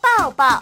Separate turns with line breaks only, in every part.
报。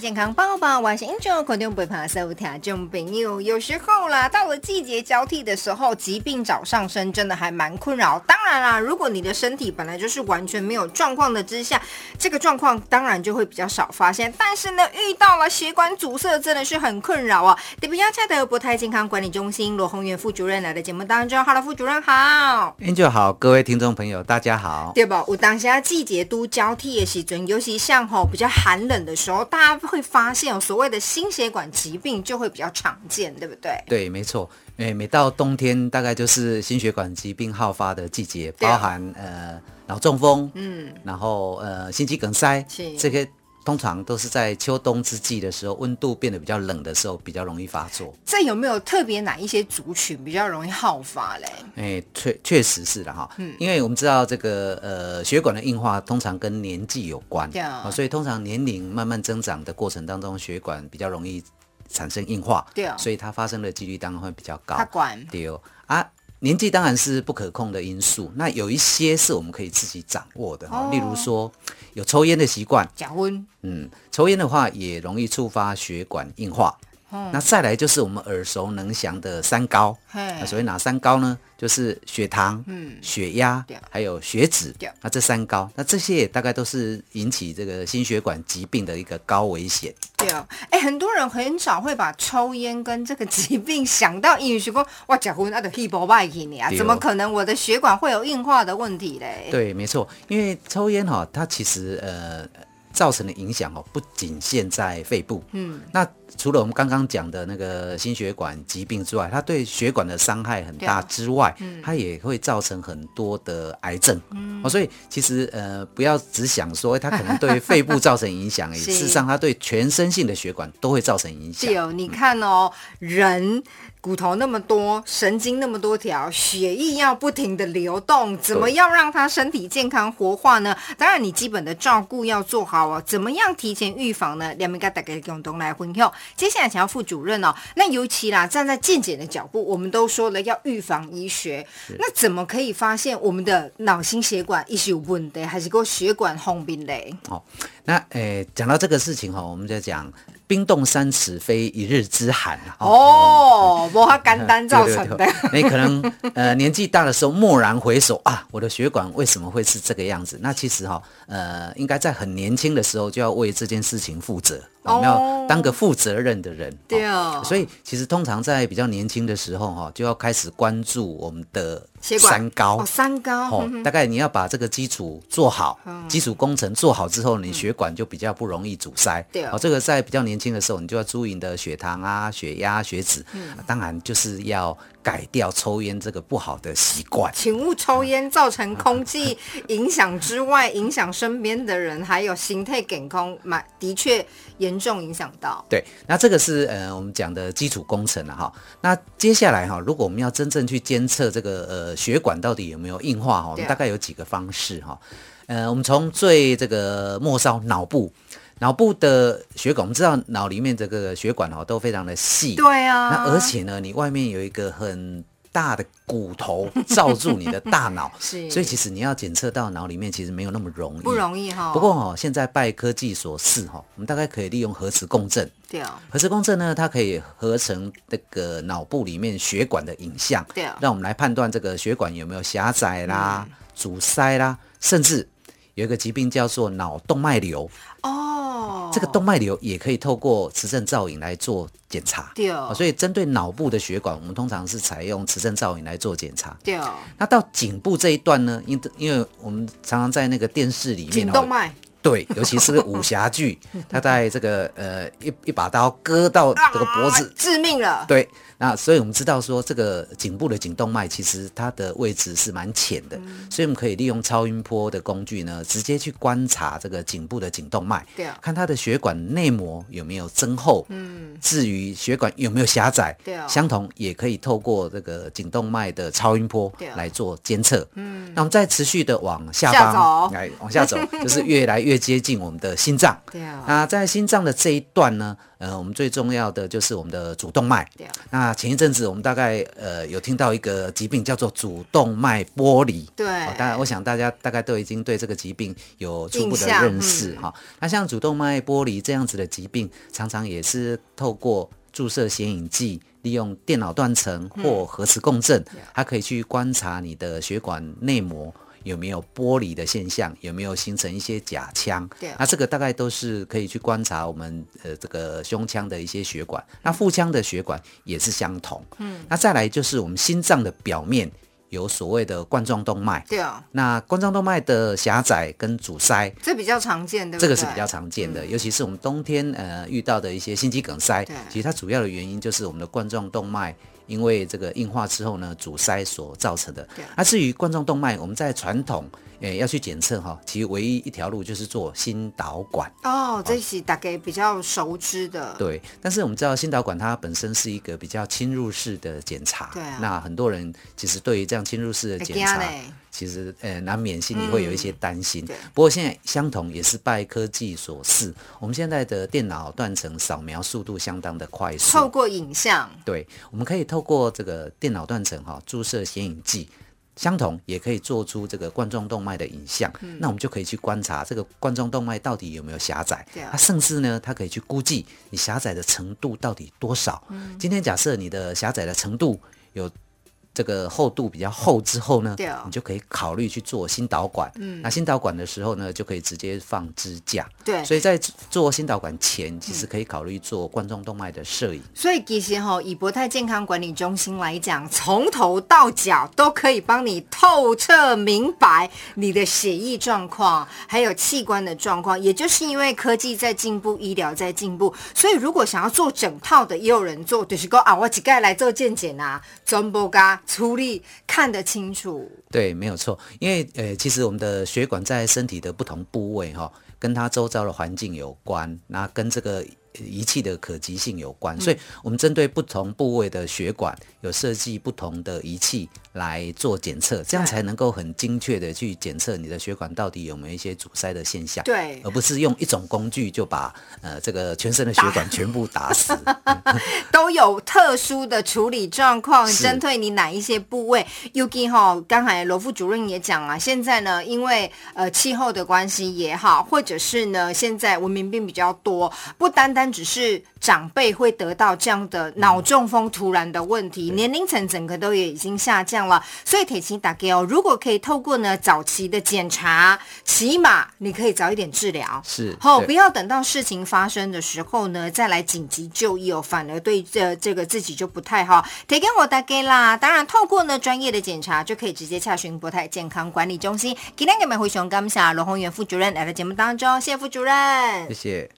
健康报报，我是 Angel，肯定不怕受挑战。朋友，有时候啦，到了季节交替的时候，疾病找上身，真的还蛮困扰。当然啦，如果你的身体本来就是完全没有状况的之下，这个状况当然就会比较少发现。但是呢，遇到了血管阻塞，真的是很困扰啊。德比亚恰的博泰健康管理中心罗宏源副主任来到节目当中，Hello，副主任好。
Angel 好，各位听众朋友，大家好。
对吧？我当下季节都交替的时阵，尤其像吼比较寒冷的时候，大家会发现哦，所谓的心血管疾病就会比较常见，对不对？
对，没错，诶，每到冬天，大概就是心血管疾病好发的季节，
对啊
包含呃脑中风，
嗯，
然后呃心肌梗塞
是，
这些通常都是在秋冬之际的时候，温度变得比较冷的时候，比较容易发作。
这有没有特别哪一些族群比较容易好发嘞？
哎，确确实是的哈，嗯，因为我们知道这个呃血管的硬化通常跟年纪有关，
对啊
哦所以通常年龄慢慢增长的过程当中，血管比较容易产生硬化，
对啊
所以它发生的几率当然会比较高。
他管
对哦啊，年纪当然是不可控的因素，那有一些是我们可以自己掌握的哈，
哦
例如说有抽烟的习惯，
假婚
嗯，抽烟的话也容易触发血管硬化。
哦
那再来就是我们耳熟能详的三高，
嘿
那所谓哪三高呢？就是血糖、
嗯
血压
对啊，
还有血脂
对啊。
那这三高，那这些也大概都是引起这个心血管疾病的一个高危险。
对哦，哎，很多人很少会把抽烟跟这个疾病想到英语学过，哇，假婚那啊的 hip hop 你啊，
对哦
怎么可能我的血管会有硬化的问题嘞？
对，没错，因为抽烟哈、它其实呃造成的影响哦，不仅限在肺部。嗯，那除了我们刚刚讲的那个心血管疾病之外，它对血管的伤害很
对啊
大之外，它也会造成很多的癌症。嗯，哦，所以其实呃不要只想说哎它可能对肺部造成影响而已，
是
事实上它对全身性的血管都会造成影响
对。哦，你看哦，人骨头那么多，神经那么多条，血液要不停的流动，怎么
对
样让他身体健康活化呢？当然，你基本的照顾要做好哦。怎么样提前预防呢？两面跟大家共同来分享。接下来想要副主任哦，那尤其啦，站在健检的脚步，我们都说了要预防医学，那怎么可以发现我们的脑心血管一是有问题，还是个血管红病嘞？
哦，那诶，讲到这个事情哈、哦，我们就讲冰冻三尺非一日之寒啊
哦，不它
嗯
肝单造成 的。
你可能 呃年纪大的时候蓦然回首啊，我的血管为什么会是这个样子？那其实哈、呃，应该在很年轻的时候就要为这件事情负责，我们
哦
要当个负责任的人。
对哦
哦所以其实通常在比较年轻的时候哈、就要开始关注我们的
血管
三高。
哦，三高，
哦，大概你要把这个基础做好，
嗯
基础工程做好之后，你血管就比较不容易阻塞。
对哦
哦，这个在比较年轻的时候，你就要注意你的血糖啊、血压、血脂，
嗯
啊当然就是要改掉抽烟这个不好的习惯。
请勿抽烟，造成空气 影响之外，影响身边的人，还有形态健康，嘛的确严重影响到。
对，那这个是呃我们讲的基础工程了、哈。那接下来哈、如果我们要真正去监测这个呃血管到底有没有硬化哈、我
对
们
啊
大概有几个方式哈、呃，我们从最这个末梢脑部，脑部的血管，我们知道脑里面这个血管哈、都非常的细，
对啊，
那而且呢，你外面有一个很大的骨头罩住你的大脑，
是
所以其实你要检测到脑里面其实没有那么容易，
不容易哈。
不过哦，现在拜科技所赐哈、我们大概可以利用核磁共振。
对哦，
核磁共振呢，它可以合成那个脑部里面血管的影像，
对啊
让我们来判断这个血管有没有狭窄啦、
嗯
阻塞啦，甚至有一个疾病叫做脑动脉瘤，
哦，
这个动脉瘤也可以透过磁振造影来做检查。
对
啊
哦，
所以针对脑部的血管，我们通常是采用磁振造影来做检查。
对哦，
那到颈部这一段呢，因因为我们常常在那个电视里面
颈
哦
动脉
对，尤其是武 侠剧，他在这个呃一一把刀割到这个脖子
啊，致命了。
对，那所以我们知道说，这个颈部的颈动脉其实它的位置是蛮浅的，
嗯
所以我们可以利用超音波的工具呢，直接去观察这个颈部的颈动脉，
对啊
看它的血管内膜有没有增厚，嗯，至于血管有没有狭窄，
对啊
相同也可以透过这个颈动脉的超音波
对啊
来做监测，嗯，那我们再持续的往下
下
方
走
来往下走，就是越来越越接近我们的心脏。
对啊，
那在心脏的这一段呢，呃，我们最重要的就是我们的主动脉。
对啊，
那前一阵子我们大概呃有听到一个疾病叫做主动脉剥离。
对
哦，当然我想大家大概都已经对这个疾病有初步的
印象嗯
认识哈、那像主动脉剥离这样子的疾病，常常也是透过注射显影剂。利用电脑断层或核磁共振，
嗯
它可以去观察你的血管内膜有没有剥离的现象，有没有形成一些假腔。
对
那这个大概都是可以去观察我们呃这个胸腔的一些血管，
嗯
那腹腔的血管也是相同。嗯，那再来就是我们心脏的表面有所谓的冠状动脉，
对啊，
那冠状动脉的狭窄跟阻塞。
这比较常见，对不对？嗯
这个是比较常见的，尤其是我们冬天呃遇到的一些心肌梗塞
对，
其实它主要的原因就是我们的冠状动脉因为这个硬化之后呢阻塞所造成的
对。
那、至于冠状动脉，我们在传统诶、呃要去检测哈，其实唯一一条路就是做心导管。
哦，这是大概比较熟知的，
对，但是我们知道心导管它本身是一个比较侵入式的检查，
对啊
那很多人其实对于这样侵入式的
会
检
怕
查
嘞，
其实呃难免心里会有一些担心。
对
不过现在相同也是拜科技所赐，我们现在的电脑断层扫描速度相当的快速，
透过影像，
对，我们可以透过这个电脑断层哈、注射显影剂，相同也可以做出这个冠状动脉的影像。
嗯
那我们就可以去观察这个冠状动脉到底有没有狭窄
对啊，
它甚至呢，它可以去估计你狭窄的程度到底多少。
嗯
今天假设你的狭窄的程度有。这个厚度比较厚之后呢，
对啊
你就可以考虑去做心导管。嗯，那心导管的时候呢，就可以直接放支架。
对
所以在做心导管前，其实可以考虑做冠状动脉的摄影。
所以其实哈、以博泰健康管理中心来讲，从头到脚都可以帮你透彻明白你的血液状况，还有器官的状况。也就是因为科技在进步，医疗在进步，所以如果想要做整套的，也有人做，就是说啊，我只盖来做健检啊，全部嘎处理看得清楚。
对，没有错，因为呃，其实我们的血管在身体的不同部位哈、跟它周遭的环境有关，那跟这个呃仪器的可及性有关，所以我们针对不同部位的血管，有设计不同的仪器来做检测，这样
对
才能够很精确的去检测你的血管到底有没有一些阻塞的现象，
对
而不是用一种工具就把呃这个全身的血管全部打死。
都有特殊的处理状况，
是
针对你哪一些部位？Yuki 哈，刚才罗副主任也讲啊，现在呢，因为呃气候的关系也好，或者是呢现在文明病比较多，不单单只是长辈会得到这样的脑中风突然的问题，年龄层整个都也已经下降了，所以铁青打给哦，如果可以透过呢早期的检查，起码你可以早一点治疗。
是，
好、
对
不要等到事情发生的时候呢，再来紧急就医哦，反而对这这个自己就不太好。提给我大概啦，当然透过呢专业的检查，就可以直接洽询博泰健康管理中心。今天我们非常感谢罗宏源副主任来到节目当中，谢谢副主任
谢。谢。